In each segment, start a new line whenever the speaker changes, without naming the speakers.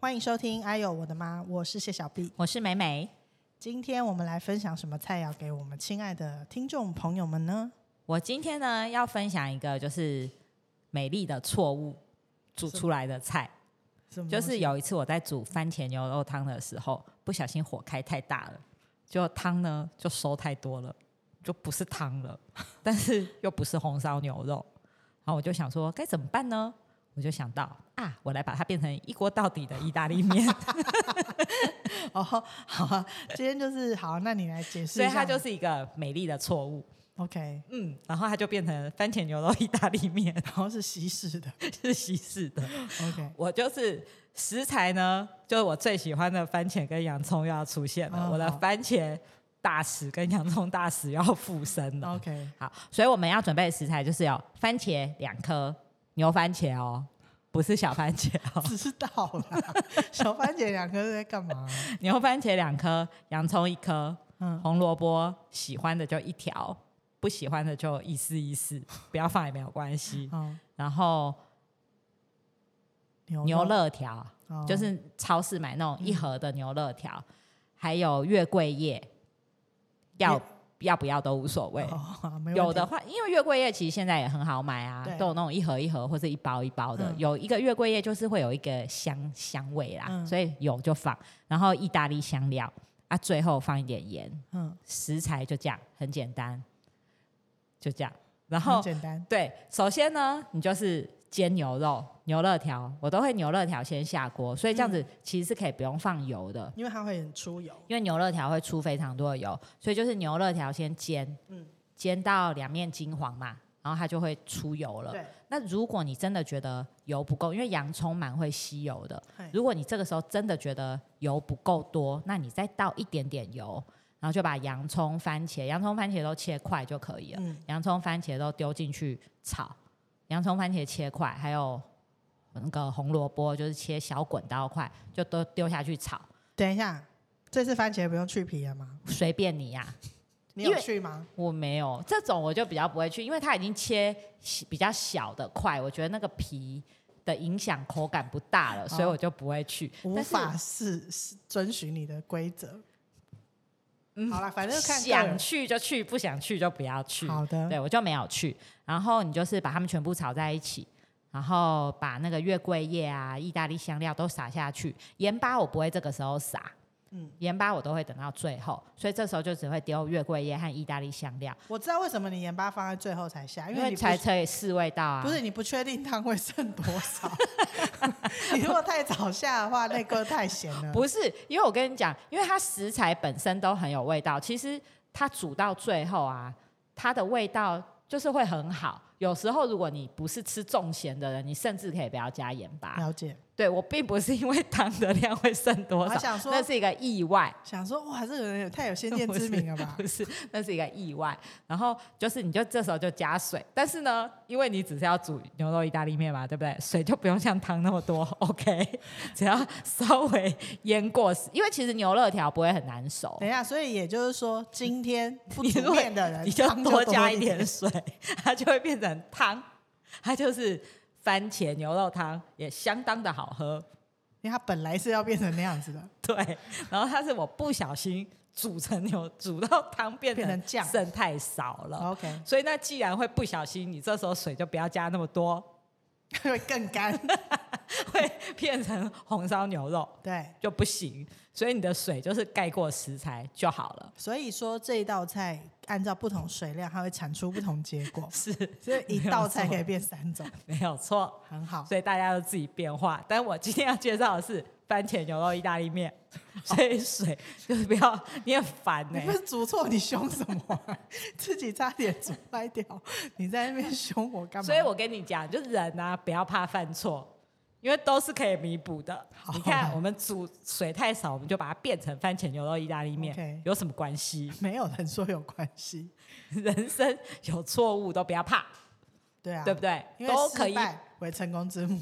欢迎收听《哎呦我的妈》，我是谢小 B。
我是美美，
今天我们来分享什么菜肴给我们亲爱的听众朋友们呢？
我今天呢要分享一个就是美丽的错误煮出来的菜，
什么
就
东西
是有一次我在煮番茄牛肉汤的时候，不小心火开太大了，就汤呢就收太多了，就不是汤了， 但是又不是红烧牛肉，然后我就想说该怎么办呢？我就想到啊，我来把它变成一锅到底的意大 利面，
哦，好啊，今天就是好，那你来解释
所
一
以
下。
它就是一个美丽的错误。
OK，
嗯，然后它就变成番茄牛肉意大利面，
然后是西式的
是西式的。
OK，
我就是食材呢，就是我最喜欢的番茄跟洋葱又要出现了，
哦
我的
好
番茄大使跟洋葱大使要附身了。
OK，
好，所以我们要准备的食材就是有番茄两颗，牛番茄哦，不是小番茄 哦，
知道 了。小番茄两颗在干嘛？
牛番茄两颗，洋葱一颗，
嗯，
红萝卜喜欢的就一条，不喜欢的就一丝一丝，不要放也没有关系。
哦，
然后
牛
牛
肉
肋条，
哦
就是超市买那种一盒的牛肋条，还有月桂叶，要
也
要不要都无所谓。
哦，好没问题
有的话，因为月桂叶其实现在也很好买啊
对，
都有那种一盒一盒或者一包一包的。
嗯
有一个月桂叶就是会有一个香香味啦，
嗯
所以有就放。然后意大利香料啊，最后放一点盐，
嗯，
食材就这样，很简单，就这样。然
很
后
简单。
对，首先呢，你就是煎牛肉、牛肋条，我都会牛肋条先下锅，所以这样
嗯
子其实是可以不用放油的，
因为它会很出油，
因为牛肋条会出非常多的油，所以就是牛肋条先煎，
嗯
煎到两面金黄嘛，然后它就会出油了。
对，
那如果你真的觉得油不够，因为洋葱蛮会吸油的，
嗨
如果你这个时候真的觉得油不够多，那你再倒一点点油，然后就把洋葱、番茄、洋葱、番茄都切块就可以了。
嗯，
洋葱、番茄都丢进去炒，洋葱、番茄切块，还有那个红萝卜就是切小滚刀块，就都丢下去炒，
等一下，这次番茄不用去皮了吗？
随便你呀、
你
因
有
为
去吗？
我没有这种，我就比较不会去，因为它已经切细比较小的块，我觉得那个皮的影响口感不大了，所以我就不会去。
无
但是
法是是遵循你的规则。好了，反正看个
嗯想
人
去就去，不想去就不要去。
好的，
对我就没有去。然后你就是把它们全部炒在一起，然后把那个月桂叶啊、意大利香料都撒下去。盐巴我不会这个时候撒，
嗯
嗯，盐巴我都会等到最后，所以这时候就只会丢月桂叶和意大利香料，
我知道为什么你盐巴放在最后才下，因
因
为
为
你不
才可以试味道啊。
不是你不确定汤会剩多 少。 你如果太早下的话，那个太咸了。
不是，因为我跟你讲，因为它食材本身都很有味道，其实它煮到最后啊，它的味道就是会很好。有时候如果你不是吃重咸的人，你甚至可以不要加盐巴。
了解，
对我并不是因为汤的量会剩多
我还
少，
想说
那是一个意外，
想说哇，这个人也太有先见之明了吧？
不是，那是一个意外。然后就是你就这时候就加水，但是呢，因为你只是要煮牛肉意大利面嘛，对不对？水就不用像汤那么多，OK，只 要稍微腌过，因为其实牛肋条不会很难熟
等。一下，所以也就是说，今 天不
你如
煮
果
面的人，
你就
汤
多加
一
一点水，它就会变成汤，它就是番茄牛肉汤，也相当的好喝。
因为它本来是要变成那样 子的。
对，然后它是我不小心煮成牛，煮到汤变
变成酱
剩太少了。
OK，
所以那既然会不小心，你这时候水就不要加那么多，
会更干。
会变成红烧牛肉
对，
就不行。所以你的水就是盖过食材就好了。。
所以说这一道菜按照不同水量，它会产出不同结果
是
所以一道菜可以变三种，
没有错，
很好。
所以大家都自己变化。但我今天要介绍的是番茄牛肉意大利面，所以水就是不要，你很烦欸呢、
你不是煮错，你凶什么啊、自己差点煮坏掉，你在那边凶我干嘛？
所以我跟你讲，就人啊，不要怕犯错，因为都是可以弥补的。
好
你看，我们煮水太少，我们就把它变成番茄牛肉意大利面
OK
有什么关系？
没有人说有关系，
人生有错误都不要怕，
对啊，
对不对？
因为
都
失
可以。
败为成功之母。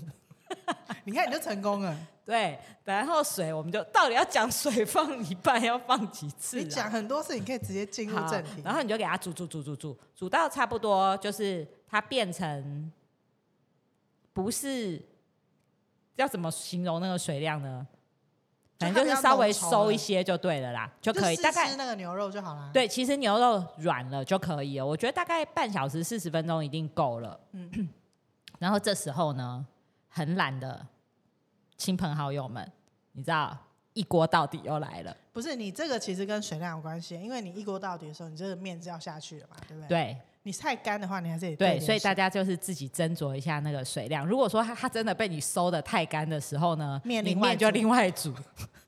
你看你就成功了，
对，然后水我们就到底要讲水放一半要放几次、啊？
你讲很多事，你可以直接进入
好
正题。
然后你就给它煮煮煮煮煮煮到差不多，就是它变成不是要怎么形容那个水量呢？反正就是稍微收一些就对了啦，就可以。
就
大
试
概
吃那个牛肉就好啦。，
对，其实牛肉软了就可以了，我觉得大概半小时四十分钟一定够了。嗯， 然后这时候呢，很懒的亲朋好友们，你知道一锅到底又来了。
不是你这个其实跟水量有关系，因为你一锅到底的时候，你这个面是要下去的嘛，对不对？
对
你太干的话，你还是得兑
对，
点
所以大
水
家就是自己斟酌一下那个水量。如果说它它真的被你收的太干的时候呢，
面
你
另外
面就
煮
另外煮。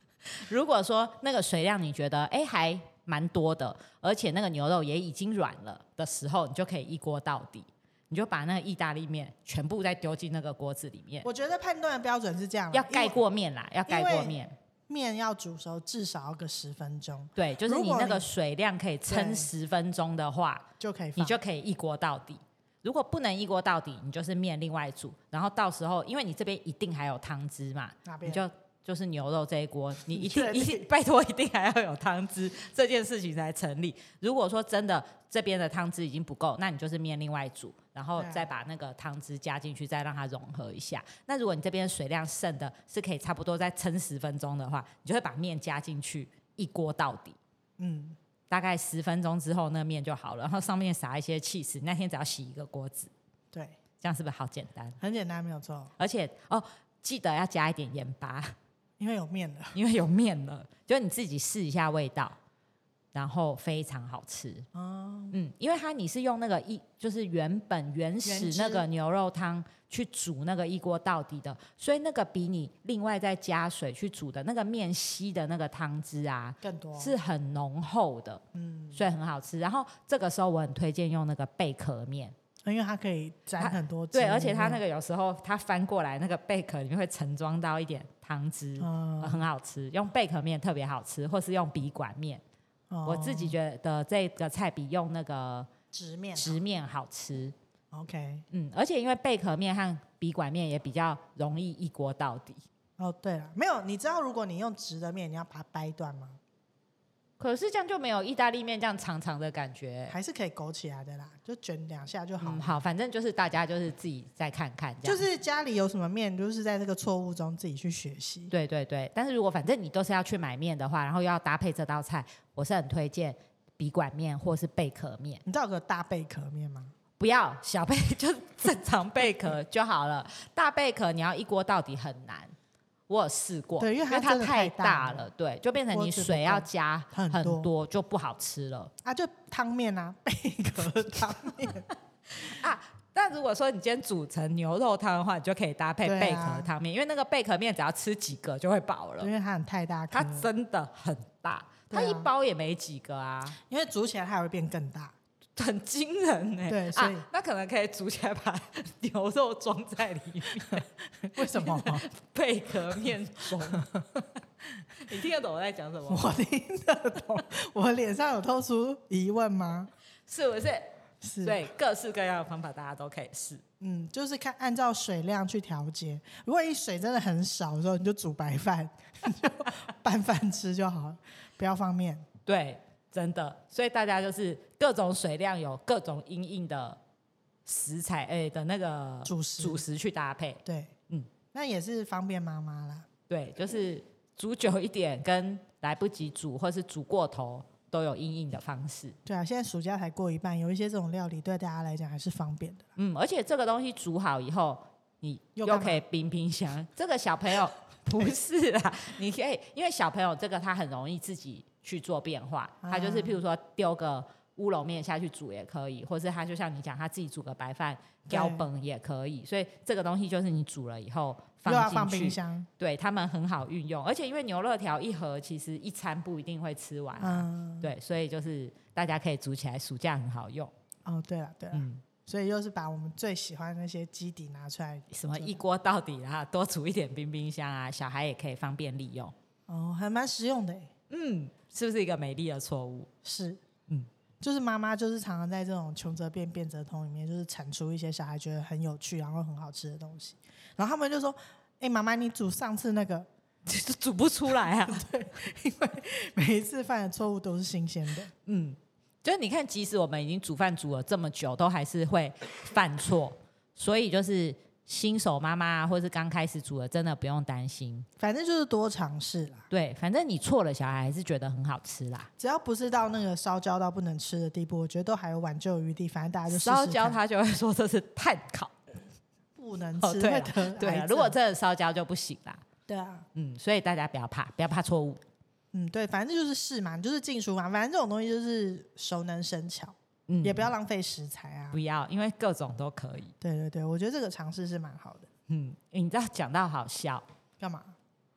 如果说那个水量你觉得哎还蛮多的，而且那个牛肉也已经软了的时候，你就可以一锅到底，你就把那个意大利面全部再丢进那个锅子里面，
我觉得判断的标准是这样啦，
要
因为
盖过面啦，要盖
因为
过面。
面要煮熟至少要个十分钟
对，就是
如
你
果
那
你
个水量可以撑
对
十分钟的话，
就可以放。
你就可以一锅到底。如果不能一锅到底，你就是面另外煮，然后到时候因为你这边一定还有汤汁嘛，
哪
你
边
就就是牛肉这一锅，你一定
确
一
定
定拜托一定还要有汤汁，这件事情才成立。如果说真的这边的汤汁已经不够，那你就是面另外煮，然后
对啊
再把那个汤汁加进去，再让它融合一下。那如果你这边水量剩的是可以差不多再撑十分钟的话，你就会把面加进去一锅到底。
嗯，
大概十分钟之后那面就好了，然后上面撒一些 cheese，那天只要洗一个锅子，
对，
这样是不是好简单？
很简单，没有错，
而且哦，记得要加一点盐巴，
因为有面了。
因为有面了，就你自己试一下味道，然后非常好吃。
哦，
嗯，因为它你是用那个一就是原本原始
原汁
那个牛肉汤去煮那个一锅到底的，所以那个比你另外再加水去煮的那个面吸的那个汤汁啊，
更多
是很浓厚的。
嗯，
所以很好吃。然后这个时候我很推荐用那个贝壳面，
因为它可以沾很多汁
对，
里面。
而且它那个有时候它翻过来，那个贝壳里面会盛装到一点汤汁。
嗯，
呃很好吃，用贝壳面特别好吃，或是用笔管面。我自己
哦
觉得这个菜比用那个
直面啊
直面好吃。
，OK。
嗯，而且因为贝壳面和笔管面也比较容易一锅到底。
哦，对了，没有，你知道如果你用直的面，你要把它掰断吗？
可是这样就没有意大利面这样长长的感觉。
还是可以勾起来的啦，就卷两下就好
嗯，
了。
好，反正就是大家就是自己再看看，这样
就是家里有什么面，就是在这个错误中自己去学习。
对对对，但是如果反正你都是要去买面的话，然后又要搭配这道菜，我是很推荐笔管面或是贝壳面，
你知道有个大贝壳面吗？
不要小贝就正常贝壳就好了， 大贝壳你要一锅到底很难。我有试过，
对因为它
它
真的太
太
大
大
了
了，对，就变成
锅
你
子不
水要
够
加
很
很
多
多，就不好吃了
啊，就汤面啊， 贝壳汤面。
啊。但如果说你今天煮成牛肉汤的话，你就可以搭配
对
贝
啊
壳汤面，因为那个贝壳面只要吃几个就会饱了
因，为它很太大颗
它
了，
真的很大，它
啊对
一
啊
包也没几个啊
因为煮起来它还会变更大。
很惊人呢、
对所以
啊、那可能可以煮起来把牛肉装在里面，
为什么？
贝壳 面装。你听得懂我在讲什么吗？
我听得懂， 我脸上有透出疑问吗？
是不是？
是，
对，各式各样的方法大家都可以试。
嗯，就是看按照水量去调节。如果你水真的很少的时候，你就煮白饭， 你就拌饭吃就好了，不要放面。
对，真的。所以大家就是各种水量有各种阴应的食材，哎、的那个
主食
主食去搭配。
对，
嗯
嗯，那也是方便妈妈啦。
对，就是煮久一点，跟来不及煮或是煮过头都有阴应的方式。
对啊，现在暑假才过一半，有一些这种料理对大家来讲还是方便的。
嗯，而且这个东西煮好以后，你
又
又
干嘛
可以冰 冰箱。这个小朋友不是啦，你可以因为小朋友这个他很容易自己去做变化，他就是
啊
譬如说丢个乌龙面下去煮也可以，或是他就像你讲，他自己煮个白饭
对
浇本也可以。所以这个东西就是你煮了以后
又要放
进去，
冰箱，
对他们很好运用。而且因为牛肉条一盒其实一餐不一定会吃完啊、
嗯，
对，所以就是大家可以煮起来，暑假很好用。
哦，对了，对了，
嗯。
所以又是把我们最喜欢的那些基底拿出来，
什么
真的
一锅到底啦，多煮一点冰冰箱啊，小孩也可以方便利用。
哦，还蛮实用的耶。
嗯，是不是一个美丽的错误？
是，
嗯
嗯，就是妈妈就是常常在这种穷则变，变则通里面，就是产出一些小孩觉得很有趣，然后很好吃的东西。然后他们就说：“哎、妈妈，你煮上次那 个，
就是煮不出来啊。
因为每一次犯的错误都是新鲜的。
嗯，就是你看，即使我们已经煮饭煮了这么久，都还是会犯错，所以就是新手妈妈或是刚开始煮的，真的不用担心。
反正就是多尝试啦，
对，反正你错了，小孩还是觉得很好吃啦。
只要不是到那个烧焦到不能吃的地步，我觉得都还有挽救余地。反正大家就试试
烧焦
看
他就会说这是碳烤，
不能吃，
哦对
会
啦
得癌
对啊，
症
如果真的烧焦就不行啦。
对啊，
嗯，所以大家不要怕，不要怕错误。
嗯对，反正就是试嘛，你就是进厨房，反正这种东西就是熟能生巧，
嗯，
也不要浪费食材啊
不。要，因为各种都可以。
对对对，我觉得这个尝试是蛮好的。
嗯，你知道讲到好笑，
干嘛？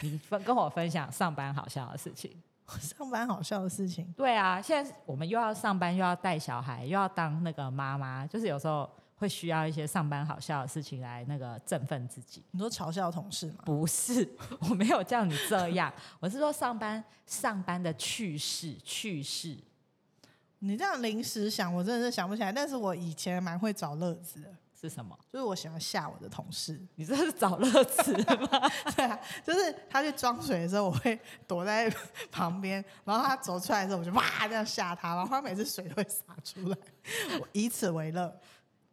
你分跟我分享上班好笑的事情。
上班好笑的事情，
对啊，现在我们又要上班，又要带小孩，又要当那个妈妈，就是有时候会需要一些上班好笑的事情来那个振奋自己。
你说嘲笑同事嘛？
不是， 我没有叫你这样，我是说上班上班的趣事趣事。
你这样临时想，我真的是想不起来。但是我以前蛮会找乐子的，
是什么？
就是我喜欢吓我的同事。
你这是找乐子 吗？
对啊，就是他去装水的时候，我会躲在 旁边，然后他走出来的时候，我就哇这样吓他，然后他每次水都会洒出来， 我以此为乐。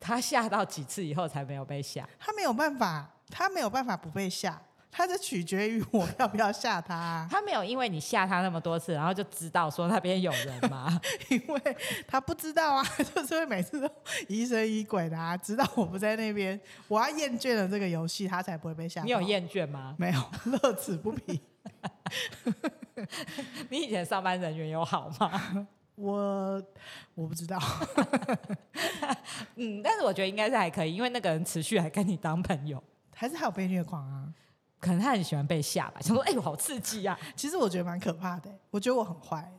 他吓到几次以后才没有被吓？
他没有办法，他没有办法不被吓，他这取决于我要不要吓他 啊、
他没有因为你吓他那么多次，然后就知道说那边有人 吗？
因为他不知道啊， 就是会每次都疑神疑鬼的啊，直到我不在那边，我要厌倦了这个游戏，他才不会被吓到。
你有厌倦吗？
没有？乐此不 疲。
你以前上班人缘有好吗？
我我不知道，
嗯，但是我觉得应该是还可以，因为那个人持续还跟你当朋友，
还是还有被虐狂啊。
可能他很喜欢被吓吧，想说哎呦好刺激啊！
其实我觉得蛮可怕的欸、我觉得我很坏欸、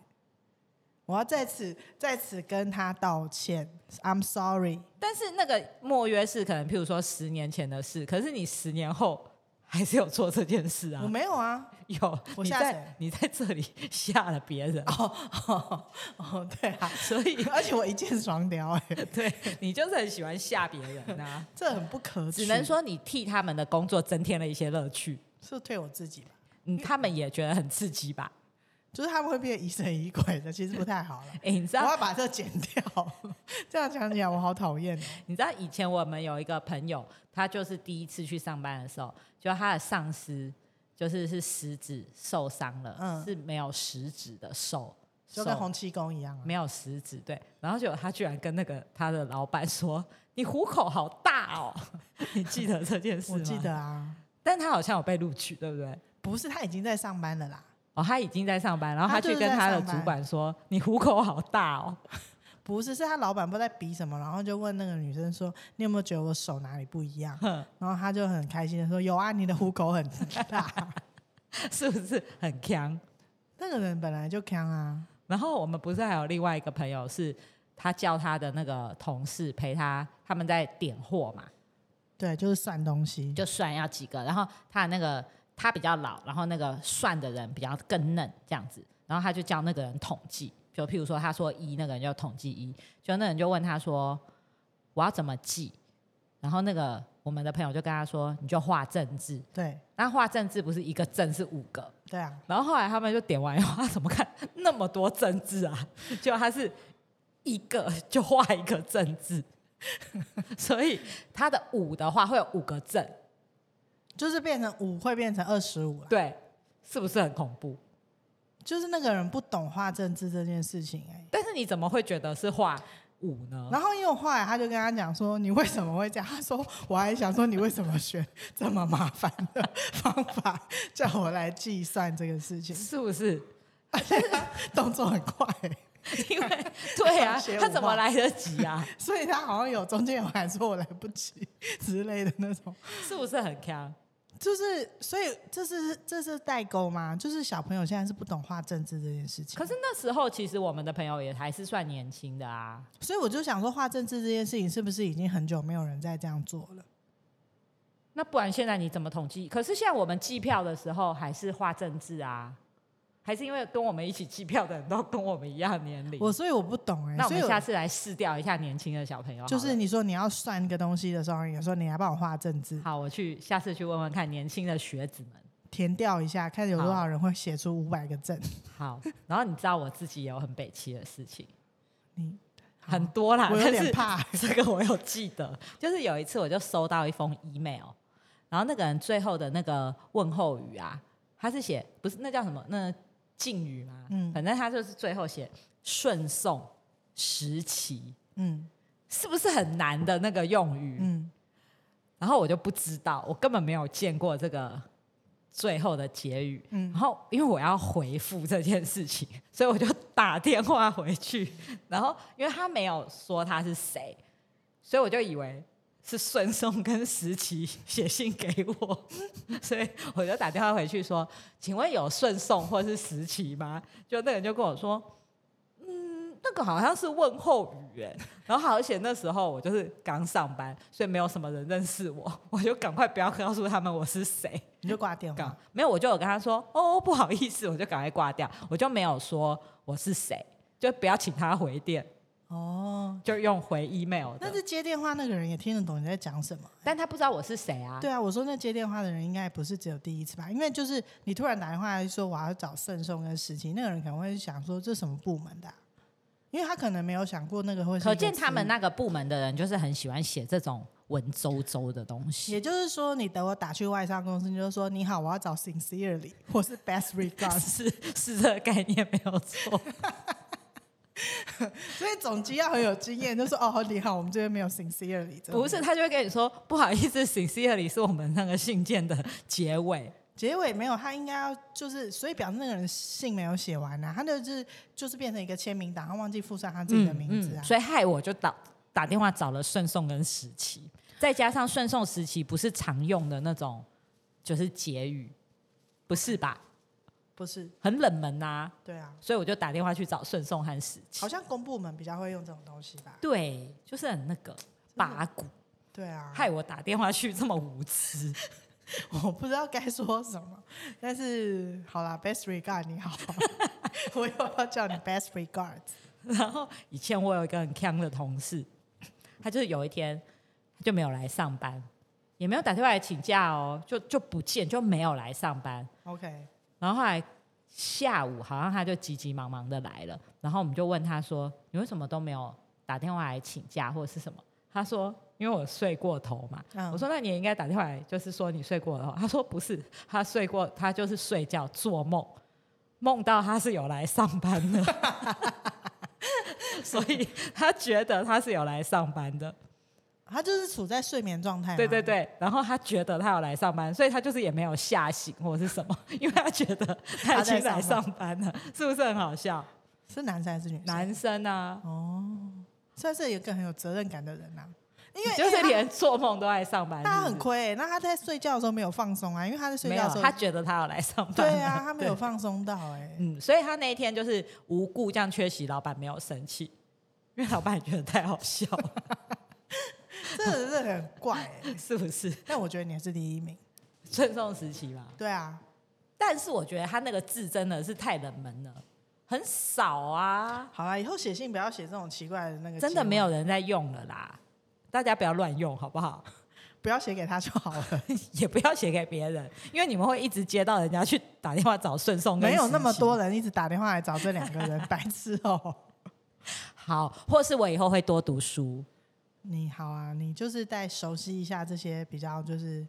我要在此在此跟他道歉，I'm sorry。
但是那个莫约是可能，譬如说十年前的事，可是你十年后还是有做这件事啊
我？没有啊，
有，
我
你
吓
在
谁
你在这里吓了别人，啊
哦哦，对 啊，
所以
而且我一箭双雕、哎，
对 你就是很喜欢吓别人 啊。
这很不可取，
只能说你替他们的工作增添了一些乐趣，
是对我自己吧。
嗯，他们也觉得很刺激吧？
就是他们会变疑神疑鬼的， 其实不太好了。
哎，你知
我
道
要把这剪掉， 这样讲起来我好讨厌哦。
你知道以前我们有一个朋友，他就是第一次去上班的时候，就他的上司就是是食指受伤了，
嗯
是没有食指的手，
就跟
手
洪七公一样啊，
没有食指对，然后就他居然跟那个他的老板说：“你虎口好大哦！” 你记得这件事吗？
我记，得啊，
但他好像有被录取，对不对？
不是他已经在上班了啦，
哦，他已经在上班，然后
他
他
就是
去跟
在
他的
上班
主管说：“你虎口好大哦
不是是他老板不知道在比什么，然后就问那个女生说：“你有没有觉得我手哪里不一样！”！”
哼
然后他就很开心的说：“有啊，你的虎口很大。
是不是很强？”
那个人本来就强啊，
然后我们不是还有另外一个朋友是，他叫他的那个同事陪他，他们在点货嘛，
对，就是算东西。
就算要几个，然后他的那个他比较老，然后那个算的人比较更嫩这样子，然后他就叫那个人统计，就譬如说他说一，那个人就统计一，就那人就问他说我要怎么记，然后那个我们的朋友就跟他说你就画正字，
对
那画正字不是一个正是五个，
对啊，
然后后来他们就点完以后，他怎么看那么多政治啊？ 结果他是一个就画一个政治， 所以他的五的话会有五个正，
就是变成五会变成二十五了。
对，是不是很恐怖？
就是那个人不懂画政治这件事情哎、
但是你怎么会觉得是画五呢？
然后因为我后来他就跟他讲说：“你为什么会这样？”他说：“我还想说你为什么选这么麻烦的方法叫我来计算这个事情，
是不是？
而且他动作很快、欸
因为对啊
学，
他
五
怎么
画
来得及啊？
所以他好像有中间有还说我来不及之类的那种。”
是不是很强？
就是，所以这是这是代沟吗？就是小朋友现在是不懂画政治这件事情。
可是那时候其实我们的朋友也还是算年轻的啊，
所以我就想说，画政治这件事情是不是已经很久没有人再这样做了？
那不然现在你怎么统计？可是现在我们计票的时候还是画政治啊，还是因为跟我们一起计票的人都跟我们一样年龄。
我所以我不懂哎、
那我
所
们
以
下次来试掉一下年轻的小朋友好了。
就是你说你要算一个东西的时候，你说你来帮我画政治，
好，我去下次去问问看年轻的学子们。
填掉一下，看有多少人会写 出五百个正。
好，然后你知道我自己也有很北齐的事情，
你
很多啦，
我有
但
点
是
怕
这个我有记得，就是有一次我就收到一封 email，然后那个人最后的那个问候语啊，他是写不是那叫什么那敬语嘛，
嗯
反正他就是最后写顺送时期，
嗯
是不是很难的那个用语？
嗯，
然后我就不知道，我根本没有见过这个最后的结语。
嗯
然后因为我要回复这件事情，所以我就打电话回去。 然后因为他没有说他是谁，所以我就以为是顺松跟石琪写信给我， 所以我就打电话回去说：“请问有顺送或是石琪吗？”就那个人就跟我说。嗯，那个好像是问候语哎，然后好险那时候我就是刚上班，所以没有什么人认识我， 我就赶快不要告诉他们我是谁，
你就挂电
刚
话。
没有，我就有跟他说哦，不好意思，我就赶快挂掉，我就没有说我是谁，就不要请他回电，
哦，
就用回 email
但
的。
是接电话那个人也听得懂你在讲什么。
但他不知道我是谁啊，
对啊，我说那接电话的人应该不是只有第一次吧？因为就是你突然打电话来说我要找圣颂跟石琪，那个人可能会想说这什么部门的啊、因为他可能没有想过那个会是。
可见他们，那个部门的人就是很喜欢写这种文绉绉的东西。
也就是说，你等我打去外商公司，你就说你好，我要找 sincerely 或是 best regards。
是是这个概念没有 错，
所以总机要很有经验，就说哦，你好，我们这边没有 sincerely，这种
不是他就会跟你说不好意思，sincerely 是我们那个信件的结尾，
结尾没有，他应该要就是，所以表示那个人信没有写完呐、他就是就是变成一个签名档，他忘记附上他自
嗯
己的名字啊。
所以害我就打打电话找了顺送跟时期，再加上顺送时期不是常用的那种，就是结语，不是吧？
不是，
很冷门呐、
对啊，
所以我就打电话去找顺送和时期
好。像公部门比较会用这种东西吧？
对，就是很那个拔股，
对啊，
害我打电话去这么无知。
我不知道该说什么，但是好啦 b e s t regard 你 好，我又要叫你 best regards。
然后以前我有一个很强的同事，他就是有一天他就没有来上班，也没有打电话来请假哦，就就不见，就没有来上班。
OK，
然后后来下午好像他就急急忙忙的来了，然后我们就问他说：“你为什么都没有打电话来请假或者是什么？”他说：“因为我睡过头嘛。
嗯
我说：“那你也应该打电话来，就是说你睡过头。”他说：“不是，他睡过，他就是睡觉做梦，梦到他是有来上班的，所以他觉得他是有来上班的。”
他就是处在睡眠状态嘛。
对对对，然后他觉得他有来上班，所以他就是也没有吓醒或是什么， 因为他觉得他已经来上班 了，是不是很好笑？
是男生还是女生？
男生啊，
算是一个很有责任感的人呐、啊因为
就是
因为
连做梦都爱上班，
他那他
是
很
不是
亏欸、那他在睡觉的时候没有放松啊，因为他在睡
没
觉的
有
时候，
他觉得他有来上班，
对啊，他没有放松到哎、
嗯，所以他那一天就是无故这样缺席，老板没有生气， 因为老板也觉得太好笑了，
这个是很怪、欸。
是不 是？
但我觉得你还是第一名。
顺送时期嘛，
对啊，
但是我觉得他那个字真的是太冷门了，很少啊。
好啦，以后写信不要写这种奇怪的那个，
真的没有，人在用了啦，大家不要乱用好不好？
不要写给他就好了，
也不要写给别人，因为你们会一直接到人家去打电话找顺送跟
没有
实
那么
习
多。人一直打电话来找这两个人， 白痴哦、
好，或是我以后会多读书，
你好啊，你就是在熟悉一下这些比较就是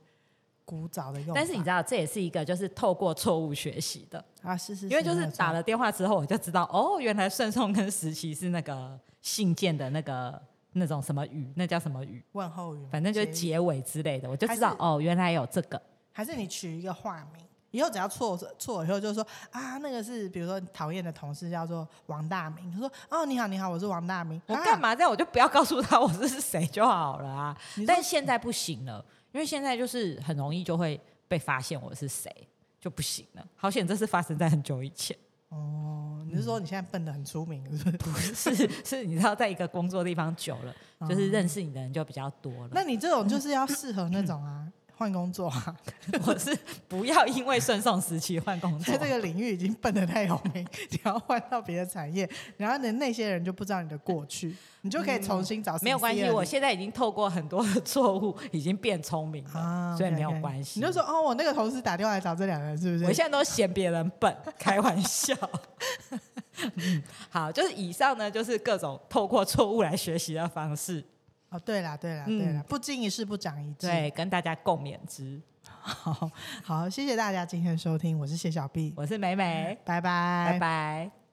古早的用法，
但是你知道这也是一个就是透过错误学习的，
啊，是是是
因为就是
没有错
打了电话之后我就知道哦，原来顺送跟实习是那个信件的那个那种什么语，那叫什么语，
问候语嘛，
反正就是
结
结尾之类的，我就知
还
道
是
哦，原来有这个。
还是你取一个化名，以后只要错错以后就说啊，那个是比如说你讨厌的同事叫做王大明，他说哦你好你好，我是王大明，
我
啊
干？嘛这样？我就不要告诉他我是 谁就好了啊
你。说
但现在不行了，因为现在就是很容易就会被发现我是谁，就不行了。好险，这是发生在很久以前，
哦，你是说你现在笨的很出名是不是？
不是 是你知道，在一个工作地方久了，就是认识你的人就比较多了。
哦那你这种就是要适合那种啊， 换工作啊，
我是不要因为顺送时期换工作
在，这个领域已经笨的太有名，你要换到别的产业，然后呢那些人就不知道你的过去，你就可以重新找 sincere 的、
嗯没有关系。我现在已经透过很多的 错误，已经变聪明了，
啊，
所以没有
OK，OK
关系。
你就说哦，我那个同事打电话来找这两个人是不
我
是？
现在都嫌别人笨，开玩笑。 好，就是以上呢，就是各种透过错误来学习的方式，
哦，对啦，对啦，
嗯
对啦，不经一事不长一智。
对，跟大家共勉 之。
好，好，谢谢大家今天的收听，我是谢小 B，
我是美美，
拜拜
拜拜